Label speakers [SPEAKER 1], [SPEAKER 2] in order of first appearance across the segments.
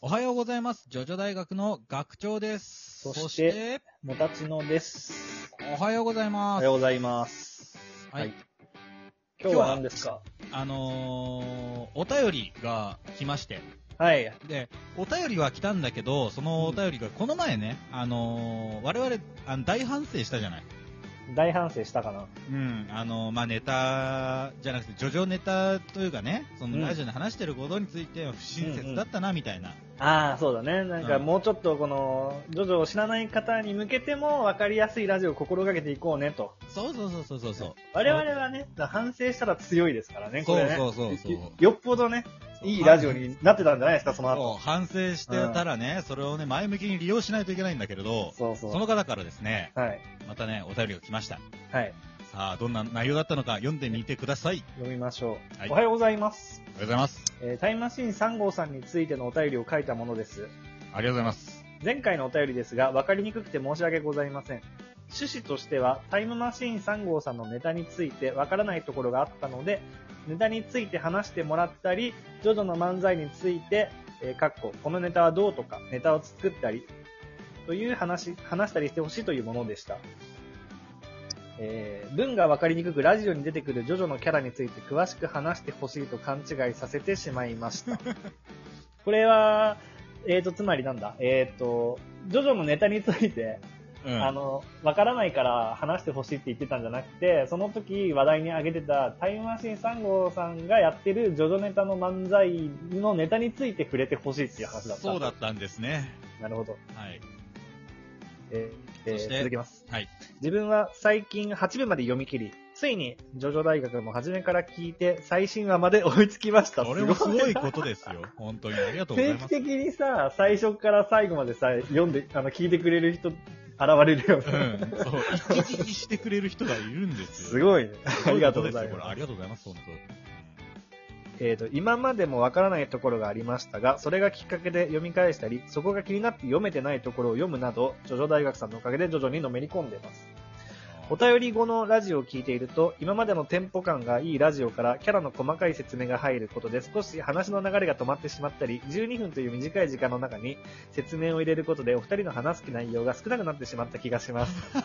[SPEAKER 1] おはようございます。ジョジョ大学の学長です。
[SPEAKER 2] そしてもたちのです。
[SPEAKER 1] おはようござい
[SPEAKER 2] お
[SPEAKER 1] ま
[SPEAKER 2] は
[SPEAKER 1] す。
[SPEAKER 2] ようございます。
[SPEAKER 1] はい。
[SPEAKER 2] はい今日は何ですか
[SPEAKER 1] あのー、お便りが来まして。
[SPEAKER 2] はい。
[SPEAKER 1] で、お便りは来たんだけど、そのお便りが、この前ね、あのー、我々、あの大反省したじゃない。
[SPEAKER 2] 大反省したかな
[SPEAKER 1] うん。あのー、まあ、ネタじゃなくて、ジョジョネタというかね、その
[SPEAKER 2] うん
[SPEAKER 1] ラジオで話してることについては不親切だったな、みたいな。
[SPEAKER 2] ああ、そうだね。なんか
[SPEAKER 1] うん
[SPEAKER 2] もうちょっとこの、ジョジョを知らない方に向けても分かりやすいラジオを心がけていこうねと。
[SPEAKER 1] そうそうそうそうそうそう。
[SPEAKER 2] 我々はね、反省したら強いですからね、こ
[SPEAKER 1] そ
[SPEAKER 2] れ
[SPEAKER 1] う
[SPEAKER 2] ね。
[SPEAKER 1] そうそうそう。
[SPEAKER 2] よっぽどね、いいラジオになってたんじゃないですか、その後。
[SPEAKER 1] そう反省してたらね、それをね、前向きに利用しないといけないんだけれど、
[SPEAKER 2] そうそ
[SPEAKER 1] その方からですね、
[SPEAKER 2] はい。
[SPEAKER 1] またね、お便りが来ました。
[SPEAKER 2] はい。
[SPEAKER 1] さあ、どんな内容だったのか読んでみてください。
[SPEAKER 2] 読みましょう。
[SPEAKER 1] はい
[SPEAKER 2] おはようございます、
[SPEAKER 1] おはようございます。
[SPEAKER 2] えータイムマシーン3号さんについてのお便りを書いたものです。
[SPEAKER 1] ありがとうございます。
[SPEAKER 2] 前回のお便りですが、分かりにくくて申し訳ございません。趣旨としては、タイムマシーン3号さんのネタについて分からないところがあったので、ネタについて話してもらったり、ジョジョの漫才について、えーかっこ、このネタはどうとか、ネタを作ったり、という話、話したりしてほしいというものでした。えー文が分かりにくくラジオに出てくるジョジョのキャラについて詳しく話してほしいと勘違いさせてしまいました。これは、えーと、つまりなんだ、えーと、ジョジョのネタについて、
[SPEAKER 1] うん。
[SPEAKER 2] あの、わからないから話してほしいって言ってたんじゃなくて、その時話題に挙げてたタイムマシーン3号さんがやってるジョジョネタの漫才のネタについて触れてほしいっていう話だった。
[SPEAKER 1] そうだったんですね。
[SPEAKER 2] なるほど。
[SPEAKER 1] はい。
[SPEAKER 2] えーえー
[SPEAKER 1] そして
[SPEAKER 2] 続けます。
[SPEAKER 1] はい。
[SPEAKER 2] 自分は最近8部まで読み切り、ついにジョジョ大学も初めから聞いて最新話まで追いつきました。
[SPEAKER 1] これもすごいことです よ。本当にありがとうござい
[SPEAKER 2] 定
[SPEAKER 1] ま
[SPEAKER 2] 期
[SPEAKER 1] す。
[SPEAKER 2] 的にさ、最初から最後までさ、読んで、あの、聞いてくれる人、現れるよ
[SPEAKER 1] う
[SPEAKER 2] ね。
[SPEAKER 1] ん。そう。一時にしてくれる人がいるんです
[SPEAKER 2] す
[SPEAKER 1] よ。
[SPEAKER 2] ごいね。ありがと
[SPEAKER 1] こ
[SPEAKER 2] うご
[SPEAKER 1] ですよ
[SPEAKER 2] ざい
[SPEAKER 1] これ
[SPEAKER 2] ま
[SPEAKER 1] あ
[SPEAKER 2] す。
[SPEAKER 1] りがとうございます、本
[SPEAKER 2] えっ、と、今までもわからないところがありましたが、それがきっかけで読み返したり、そこが気になって読めてないところを読むなど、ジョジョ大学さんのおかげで徐々にのめり込んでいます。
[SPEAKER 1] 当。
[SPEAKER 2] お便り後のラジオを聞いていると、今までのテンポ感がいいラジオからキャラの細かい説明が入ることで少し話の流れが止まってしまったり、12分という短い時間の中に説明を入れることでお二人の話す気内容が少なくなってしまった気がします。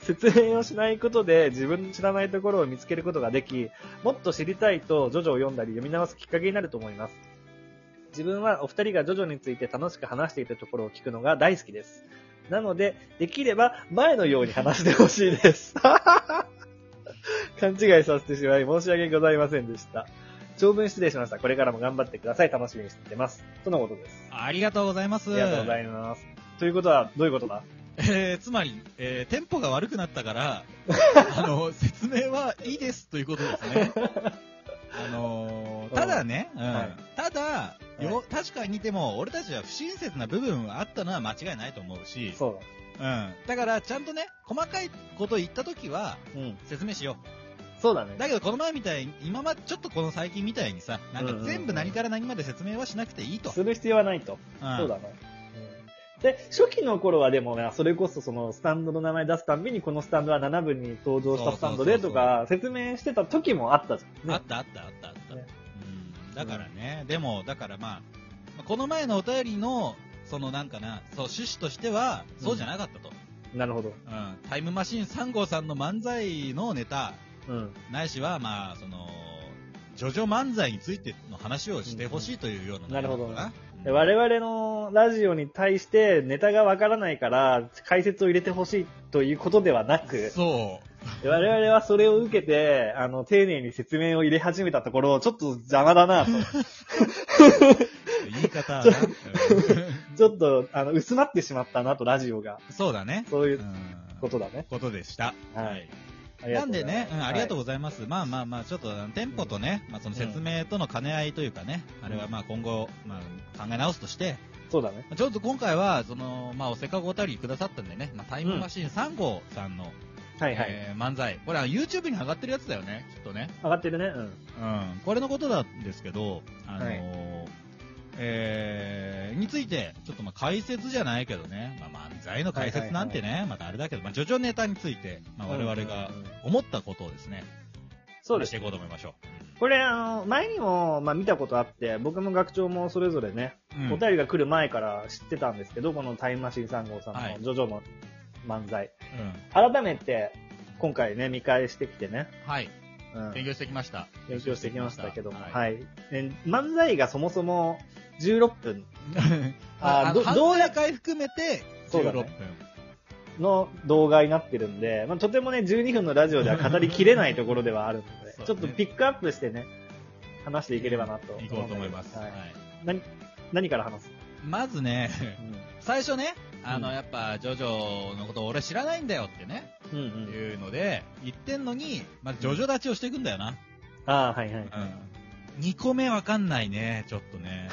[SPEAKER 2] 説明をしないことで自分の知らないところを見つけることができ、もっと知りたいとジョジョを読んだり読み直すきっかけになると思います。自分はお二人がジョジョについて楽しく話しているところを聞くのが大好きです。なので、できれば前のように話してほしいです。勘違いさせてしまい申し訳ございませんでした。長文失礼しました。これからも頑張ってください。楽しみにしてます。とのことです。
[SPEAKER 1] ありがとうございます。
[SPEAKER 2] ありがとうございます。ということは、どういうことだ
[SPEAKER 1] えーつまり、えーテンポが悪くなった から、あの、説明はいいですということです ね。あのーただね、うん
[SPEAKER 2] はい
[SPEAKER 1] ただ、よ、
[SPEAKER 2] は
[SPEAKER 1] 確かにでも、俺たちは不親切な部分はあったのは間違いないと思うし、
[SPEAKER 2] そう
[SPEAKER 1] うん。だから、ちゃんとね、細かいこと言ったときは、
[SPEAKER 2] だ。うん。
[SPEAKER 1] 説明しよ
[SPEAKER 2] そうだ
[SPEAKER 1] う。
[SPEAKER 2] ね。
[SPEAKER 1] だけど、この前みたいに、今まで、ちょっとこの最近みたいにさ、なんか
[SPEAKER 2] うんうんうん
[SPEAKER 1] 全部何から何まで説明はしなくていいと。
[SPEAKER 2] する必要はないと。
[SPEAKER 1] うん
[SPEAKER 2] そうだね。で、初期の頃はでもね、それこそそのスタンドの名前出すたんびに、このスタンドは7分に登場したスタンドでとか、説明してた時もあったじゃん。
[SPEAKER 1] あ
[SPEAKER 2] ね
[SPEAKER 1] っ。たあったあったあった。
[SPEAKER 2] ね
[SPEAKER 1] うん、だからね、でも、だからまあ、まあこの前のお便りの、そのなんかな、そう、趣旨としては、
[SPEAKER 2] うん
[SPEAKER 1] そうじゃなかったと。
[SPEAKER 2] なるほど。
[SPEAKER 1] うん。タイムマシーン3号さんの漫才のネタ、
[SPEAKER 2] うん。
[SPEAKER 1] ないしは、まあ、その、ジョジョ漫才についての話をしてほしいというような、
[SPEAKER 2] うんなるほど
[SPEAKER 1] な
[SPEAKER 2] で我々のラジオに対してネタがわからないから解説を入れてほしいということでは なく、
[SPEAKER 1] そう。
[SPEAKER 2] 我々はそれを受けて、あの、丁寧に説明を入れ始めたところ、ちょっと邪魔 だなと。
[SPEAKER 1] 言い方 はな、う
[SPEAKER 2] ちょっと、あの、薄まってしまったなと、ラジオが。
[SPEAKER 1] んそうだね。
[SPEAKER 2] そういううんことだね。
[SPEAKER 1] ことでした。
[SPEAKER 2] はいあり
[SPEAKER 1] な
[SPEAKER 2] がと
[SPEAKER 1] ん
[SPEAKER 2] うござ
[SPEAKER 1] で
[SPEAKER 2] い
[SPEAKER 1] ね、
[SPEAKER 2] ます
[SPEAKER 1] うんありがとう
[SPEAKER 2] は
[SPEAKER 1] ございます。まあまあまあ、ちょっとあのテンポとね、まあその説明との兼ね合いというかね、あれはまあ今後、まあ考え直すとして、
[SPEAKER 2] いそうだね。
[SPEAKER 1] ちょっと今回は、その、まあおせっかくお便りくださったんでね、まあタイムマシーン3号さんの、
[SPEAKER 2] はいはい。
[SPEAKER 1] えー漫才、これは YouTube に上がってるやつだよね、きっとね。
[SPEAKER 2] 上がってるね。うん。
[SPEAKER 1] うん。これのことなんですけど、あのー
[SPEAKER 2] は
[SPEAKER 1] えーについて、ちょっとまあ解説じゃないけどね、まあ漫才の解説なんてね、またあれだけど、まあジョジョネタについて、まあ我々が
[SPEAKER 2] うんうんうん
[SPEAKER 1] 思ったことをですね、
[SPEAKER 2] そうです
[SPEAKER 1] していこうと思いましょう。
[SPEAKER 2] これ、あの、前にも、まあ、見たことあって、僕も学長もそれぞれね、
[SPEAKER 1] うん
[SPEAKER 2] お便りが来る前から知ってたんですけど、このタイムマシーン3号さん
[SPEAKER 1] はい
[SPEAKER 2] のジョジョの漫才。
[SPEAKER 1] うん
[SPEAKER 2] 改めて、今回ね、見返してきてね、
[SPEAKER 1] はい。
[SPEAKER 2] うん、
[SPEAKER 1] 勉強してきました。
[SPEAKER 2] 勉強してきましたけども、
[SPEAKER 1] は
[SPEAKER 2] はいい、ね漫才がそもそも16分あ
[SPEAKER 1] あ
[SPEAKER 2] ど
[SPEAKER 1] の、
[SPEAKER 2] ど
[SPEAKER 1] ど
[SPEAKER 2] う
[SPEAKER 1] う
[SPEAKER 2] や
[SPEAKER 1] や回含めて
[SPEAKER 2] そう
[SPEAKER 1] 16
[SPEAKER 2] だ
[SPEAKER 1] 分
[SPEAKER 2] ね。の動画になってるんで、まあ、とてもね、12分のラジオでは語りきれないところではあるので、
[SPEAKER 1] そうだね
[SPEAKER 2] ちょっとピックアップしてね、話していければなと。
[SPEAKER 1] いこうと思います。
[SPEAKER 2] は
[SPEAKER 1] はいい。
[SPEAKER 2] 何、何から話す、
[SPEAKER 1] まずね、
[SPEAKER 2] う
[SPEAKER 1] 最初ね、あ
[SPEAKER 2] う
[SPEAKER 1] の、
[SPEAKER 2] ん
[SPEAKER 1] やっぱ、ジョジョのこと俺知らないんだよってね、
[SPEAKER 2] ん、うんうん
[SPEAKER 1] いうので、言ってんのに、まずジョジョ立ちをしていくんだよな。
[SPEAKER 2] ああ、はいはい。
[SPEAKER 1] うん。2個目わかんないね、ちょっと ね。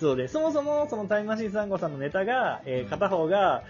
[SPEAKER 2] そうで、そもそも、そのタイムマシーン3号さんのネタが、えー片方が、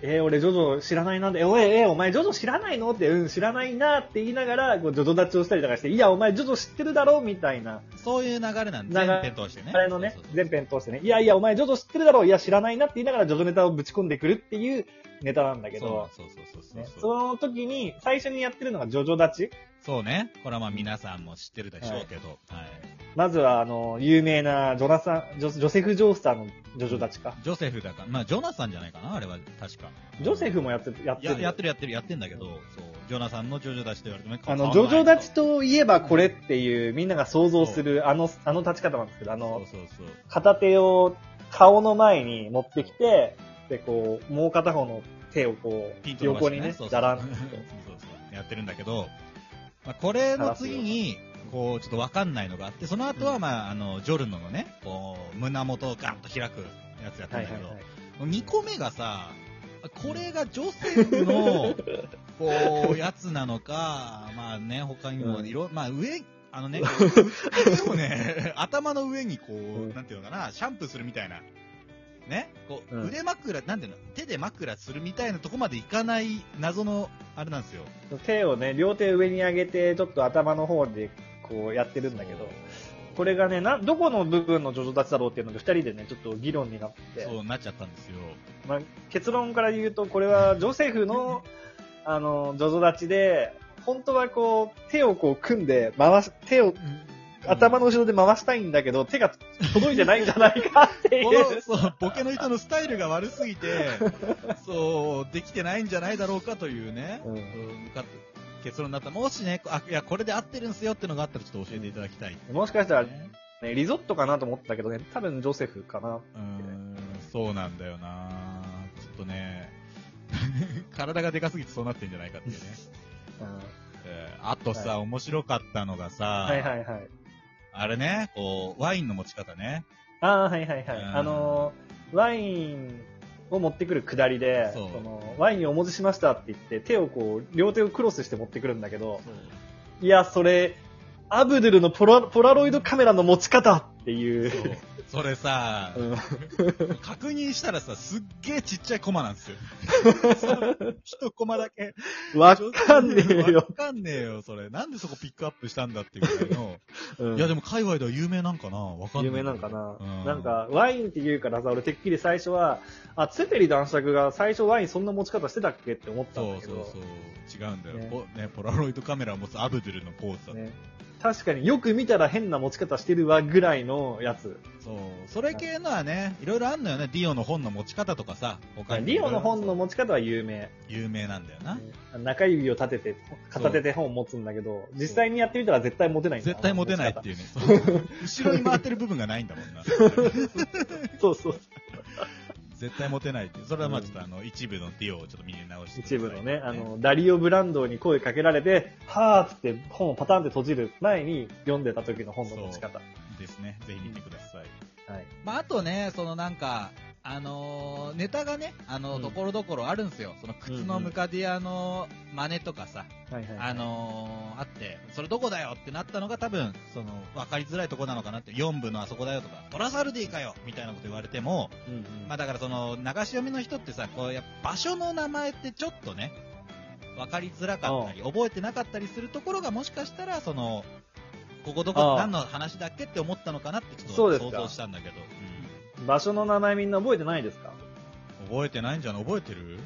[SPEAKER 2] えー俺、ジョジョ知らないなで、えおい、えーお前、ジョジョ知らないのって、うん、知らないなって言いながら、こう、ジョジョ立ちをしたりとかして、いや、お前、ジョジョ知ってるだろみたいな。
[SPEAKER 1] そういう流れなんで、
[SPEAKER 2] 流れ
[SPEAKER 1] 全編通してね。
[SPEAKER 2] あれのね
[SPEAKER 1] そうそう、そう
[SPEAKER 2] 前編通してね、いやいや、お前、ジョジョ知ってるだろいや、知らないなって言いながら、ジョジョネタをぶち込んでくるっていうネタなんだけど、
[SPEAKER 1] そうそうそうそう
[SPEAKER 2] ね
[SPEAKER 1] そう。
[SPEAKER 2] その時に、最初にやってるのが、ジョジョ立ち。
[SPEAKER 1] そうね。これはまあ皆さんも知ってるでしょうけど、はい。
[SPEAKER 2] まずは、あの、有名な、ジョナサン、ジョジョセフ・ジョースターのジョジョ立ちか。
[SPEAKER 1] ジョセフだから、まあジョナサンじゃないかな、あれは確か。
[SPEAKER 2] ジョセフもやってる、やって
[SPEAKER 1] や
[SPEAKER 2] る。
[SPEAKER 1] やってるやってるやってんだけど、そう、ジョナサンのジョジョ立ちと言われてもね
[SPEAKER 2] あの、ジ
[SPEAKER 1] 変わ
[SPEAKER 2] ョ
[SPEAKER 1] ん
[SPEAKER 2] ジ
[SPEAKER 1] ない
[SPEAKER 2] ョ立ちといえばこれっていう、みんなが想像する、あの、あの立ち方なんですけど、
[SPEAKER 1] そ
[SPEAKER 2] あの
[SPEAKER 1] う、そうそう。
[SPEAKER 2] 片手を顔の前に持ってきて、で、こう、もう片方の手をこ
[SPEAKER 1] ピン
[SPEAKER 2] う、
[SPEAKER 1] と伸ばし
[SPEAKER 2] 横
[SPEAKER 1] て
[SPEAKER 2] にね
[SPEAKER 1] そうそ、う
[SPEAKER 2] じゃらん
[SPEAKER 1] そ
[SPEAKER 2] と
[SPEAKER 1] う。そうやってるんだけど、まあ、これの次に、こう、ちょっとわかんないのがあって、その後は、まあ、あの、ジョルノのね、こう、胸元をガンと開くやつやった
[SPEAKER 2] は
[SPEAKER 1] ん
[SPEAKER 2] い
[SPEAKER 1] だ
[SPEAKER 2] は
[SPEAKER 1] けど、
[SPEAKER 2] いはい。
[SPEAKER 1] 2個目がさ、これがジョセフ の、こう、やつなのか、まあね、他にもいろ、まあ上、あ のね、でもね、頭の上にこう、
[SPEAKER 2] うん
[SPEAKER 1] なんていうのかな、シャンプーするみたいな。ね、こう、
[SPEAKER 2] うん
[SPEAKER 1] 腕枕、なんていうの、手で枕するみたいなとこまでいかない謎の、あれなんですよ。
[SPEAKER 2] 手をね、両手上に上げて、ちょっと頭の方で、こうやってるんだけど、これがね、な、どこの部分のジョジョ立ちだろうっていうので、二人でね、ちょっと議論になって、
[SPEAKER 1] そうなっちゃったんですよ。
[SPEAKER 2] まあ、結論から言うと、これはジョセフの、あの、ジョジョ立ちで、本当はこう、手をこう組んで、回し、手を、頭の後ろで回したいんだけど、手が届いてないんじゃないかって い
[SPEAKER 1] こ
[SPEAKER 2] う
[SPEAKER 1] の、。そう、ボケの人のスタイルが悪すぎて、そう、できてないんじゃないだろうかというね、
[SPEAKER 2] うん
[SPEAKER 1] うんか結論になった。もしね、あ、いや、これで合ってるんすよってのがあったらちょっと教えていただきたい。
[SPEAKER 2] もしかしたら、ね、
[SPEAKER 1] ね
[SPEAKER 2] リゾットかなと思ったけどね、多分ジョセフかな。
[SPEAKER 1] うーん、そうなんだよなちょっとね、 体がでかすぎてそうなってんじゃないか っていうね。
[SPEAKER 2] うん
[SPEAKER 1] えーあとさ、
[SPEAKER 2] は
[SPEAKER 1] 面白かったのがさ、
[SPEAKER 2] はいはいはい。
[SPEAKER 1] あれね、こう、ワインの持ち方ね。
[SPEAKER 2] ああ、はいはいはい。
[SPEAKER 1] うん
[SPEAKER 2] あのー、ワインを持ってくるくだりで、
[SPEAKER 1] そう
[SPEAKER 2] そのワインをお持ちしましたって言って、手をこう、両手をクロスして持ってくるんだけど、いや、それ、アブドゥルのポラポラロイドカメラの持ち方っていう。
[SPEAKER 1] そうそれさ、
[SPEAKER 2] うん
[SPEAKER 1] 確認したらさ、すっげえちっちゃいコマなん ですよ。一コマだけ。
[SPEAKER 2] わかんねえ
[SPEAKER 1] わ
[SPEAKER 2] よ。
[SPEAKER 1] かんねえよ、それ。なんでそこピックアップしたんだっていうぐらいの。
[SPEAKER 2] うん
[SPEAKER 1] いや、でも界隈では有名なんかなわかんない。
[SPEAKER 2] 有名なんかな、
[SPEAKER 1] う
[SPEAKER 2] なん、か、ワインって言うからさ、俺てっきり最初は、あ、ツェペリ男爵が最初ワインそんな持ち方してたっけって思ったん
[SPEAKER 1] そ
[SPEAKER 2] だ
[SPEAKER 1] う
[SPEAKER 2] け
[SPEAKER 1] そ
[SPEAKER 2] ど。
[SPEAKER 1] うそう。違うんだよ。
[SPEAKER 2] ね
[SPEAKER 1] ポね、ポラロイドカメラを持つアブドゥルのポーズだ、
[SPEAKER 2] ね確かによく見たら変な持ち方してるわぐらいのやつ。
[SPEAKER 1] そう。それ系のはね、いろいろあんのよね。ディオの本の持ち方とかさ。他にも
[SPEAKER 2] リオの本の
[SPEAKER 1] そう
[SPEAKER 2] 持ち方は有名。
[SPEAKER 1] 有名なんだよな。
[SPEAKER 2] 中指を立てて、片手で本を持つんだけど、実際にやってみたら絶対持てないんだ
[SPEAKER 1] 絶対持てないっていうね。そう後ろに回ってる部分がないんだもんな。
[SPEAKER 2] そうそうそう。
[SPEAKER 1] 絶対持てないっていう。それはまあちょっとあの、一部のディオをちょっと見直してください
[SPEAKER 2] 一部のね、あ、の、ダリオ・ブランドに声かけられて、はーっつって本をパターンって閉じる前に読んでた時の本の持ち方。
[SPEAKER 1] ですね。ぜひ見てください。
[SPEAKER 2] はい。
[SPEAKER 1] まあ、あとね、そのなんか、あのーネタがね、あの
[SPEAKER 2] うん
[SPEAKER 1] ところどころあるんですよ。その靴のムカディアの真似とかさ、
[SPEAKER 2] はいはい。
[SPEAKER 1] あのーあって、それどこだよってなったのが多分、その、わかりづらいとこなのかなって、4部のあそこだよとか、トラサルディかよみたいなこと言われても、
[SPEAKER 2] うんうん、
[SPEAKER 1] まあだからその、流し読みの人ってさ、こう、やっぱ場所の名前ってちょっとね、わかりづらかったり、覚えてなかったりするところがもしかしたら、その、ここど
[SPEAKER 2] あ
[SPEAKER 1] こ、
[SPEAKER 2] あ
[SPEAKER 1] 何の話だっけって思ったのかなってちょっ
[SPEAKER 2] そうで
[SPEAKER 1] と
[SPEAKER 2] す
[SPEAKER 1] 想
[SPEAKER 2] か
[SPEAKER 1] 像したんだけど。うん
[SPEAKER 2] 場所の名前みんな覚えてないですか
[SPEAKER 1] 覚えてないんじゃない覚えてる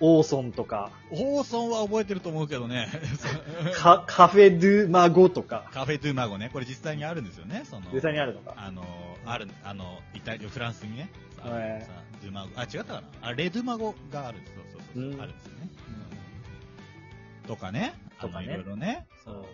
[SPEAKER 2] オーソンとか、
[SPEAKER 1] オーソンは覚えてると思うけどね。
[SPEAKER 2] カカフェ・ドゥ・マゴとか、
[SPEAKER 1] カフェ・ドゥ・マゴね。これ実際にあるんですよね。その
[SPEAKER 2] 実際にあるのか。
[SPEAKER 1] あの、ある、あの、イタリア、フランスにね、さ
[SPEAKER 2] はい
[SPEAKER 1] さドゥマゴ、あ、違ったかなあ、レドゥマゴがあるんです。そうそうそう
[SPEAKER 2] うん
[SPEAKER 1] あるんですよね。とかね、あの
[SPEAKER 2] とかね
[SPEAKER 1] いろいろね、
[SPEAKER 2] そう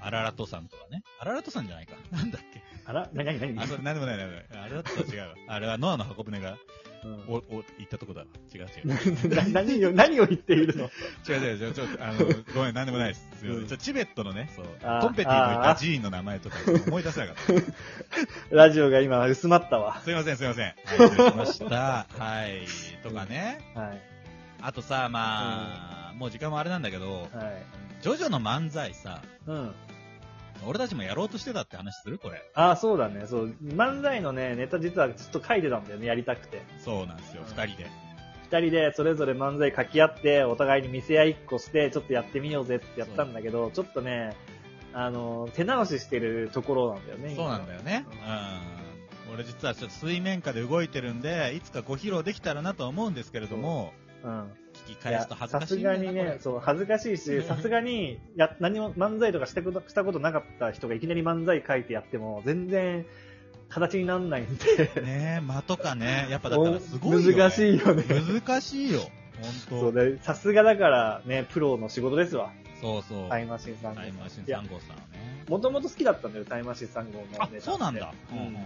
[SPEAKER 1] アララトさんとかね。アララトさんじゃないか。 なんだっけ
[SPEAKER 2] あら、なになになに
[SPEAKER 1] あ、それ何でもない、何でもない。アララトさん違うわ。あれはノアの箱舟が、
[SPEAKER 2] うん
[SPEAKER 1] お、お、行ったとこだわ。違う違う。
[SPEAKER 2] な 何を、何を言っているの
[SPEAKER 1] 違う違う違う、ちょっと、あの、ごめん、なんでもないです。すいませんちょチベットのね、そう、
[SPEAKER 2] あー
[SPEAKER 1] トンペティのいた寺院の名前とか思い出せなかった。
[SPEAKER 2] ラジオが今薄まったわ。
[SPEAKER 1] すいません、すいません。はい、失礼しました。はい、とかね。
[SPEAKER 2] はい。
[SPEAKER 1] あとさ、まあ、もう時間もあれなんだけど、
[SPEAKER 2] はい。
[SPEAKER 1] ジョジョの漫才さ、
[SPEAKER 2] うん。
[SPEAKER 1] 俺たちもやろうとしてたって話するこれ。
[SPEAKER 2] ああ、そうだね。そう。漫才のね、ネタ実はずっと書いてたんだよね、やりたくて。
[SPEAKER 1] そうなんですよ、二人で。
[SPEAKER 2] 二人でそれぞれ漫才書き合って、お互いに見せ合い一個して、ちょっとやってみようぜってやったんだけど、ちょっとね、あの、手直ししてるところなんだよね。今
[SPEAKER 1] そうなんだよね。うん。俺実はちょっと水面下で動いてるんで、いつかご披露できたらなとは思うんですけれども、
[SPEAKER 2] うん。
[SPEAKER 1] 聞き返すと恥ずかしいん
[SPEAKER 2] い
[SPEAKER 1] だ
[SPEAKER 2] や
[SPEAKER 1] よ
[SPEAKER 2] さ
[SPEAKER 1] な
[SPEAKER 2] すがに
[SPEAKER 1] こ
[SPEAKER 2] ね
[SPEAKER 1] れ、
[SPEAKER 2] そう、恥ずかしいし、さすがに、や、何も漫才とかしたこと、したことなかった人がいきなり漫才書いてやっても、全然、形になんないんで。
[SPEAKER 1] ねえ、間とかね、やっぱだからすごいよ、ね。
[SPEAKER 2] 難しいよね。
[SPEAKER 1] 難しいよ。
[SPEAKER 2] そ
[SPEAKER 1] 本
[SPEAKER 2] うで、さすがだからね、プロの仕事ですわ。
[SPEAKER 1] 当。そうそう。
[SPEAKER 2] タイムマシンさん
[SPEAKER 1] タイムマシン
[SPEAKER 2] いや
[SPEAKER 1] 3、号さんはね。
[SPEAKER 2] もともと好きだったんだよ、タイムマシン3号のネタ
[SPEAKER 1] あ
[SPEAKER 2] って。、
[SPEAKER 1] そうなんだ。
[SPEAKER 2] う
[SPEAKER 1] うんんうんうんうん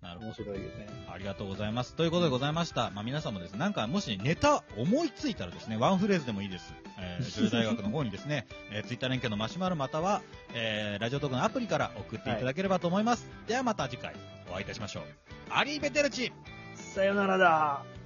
[SPEAKER 1] なるほ
[SPEAKER 2] 面白いよね。
[SPEAKER 1] ど。ありがとうございます。ということでございました。まあ皆さんもですね、なんかもしネタ思いついたらですね、ワンフレーズでもいいです。えー、 女子大学の方にですね、えー、ツイッター連携のマシュマロまたは、えー、ラジオトークのアプリから送っていただければと思います。ではまた次回お会いいたしましょう。アリーベテルチ
[SPEAKER 2] さよならだ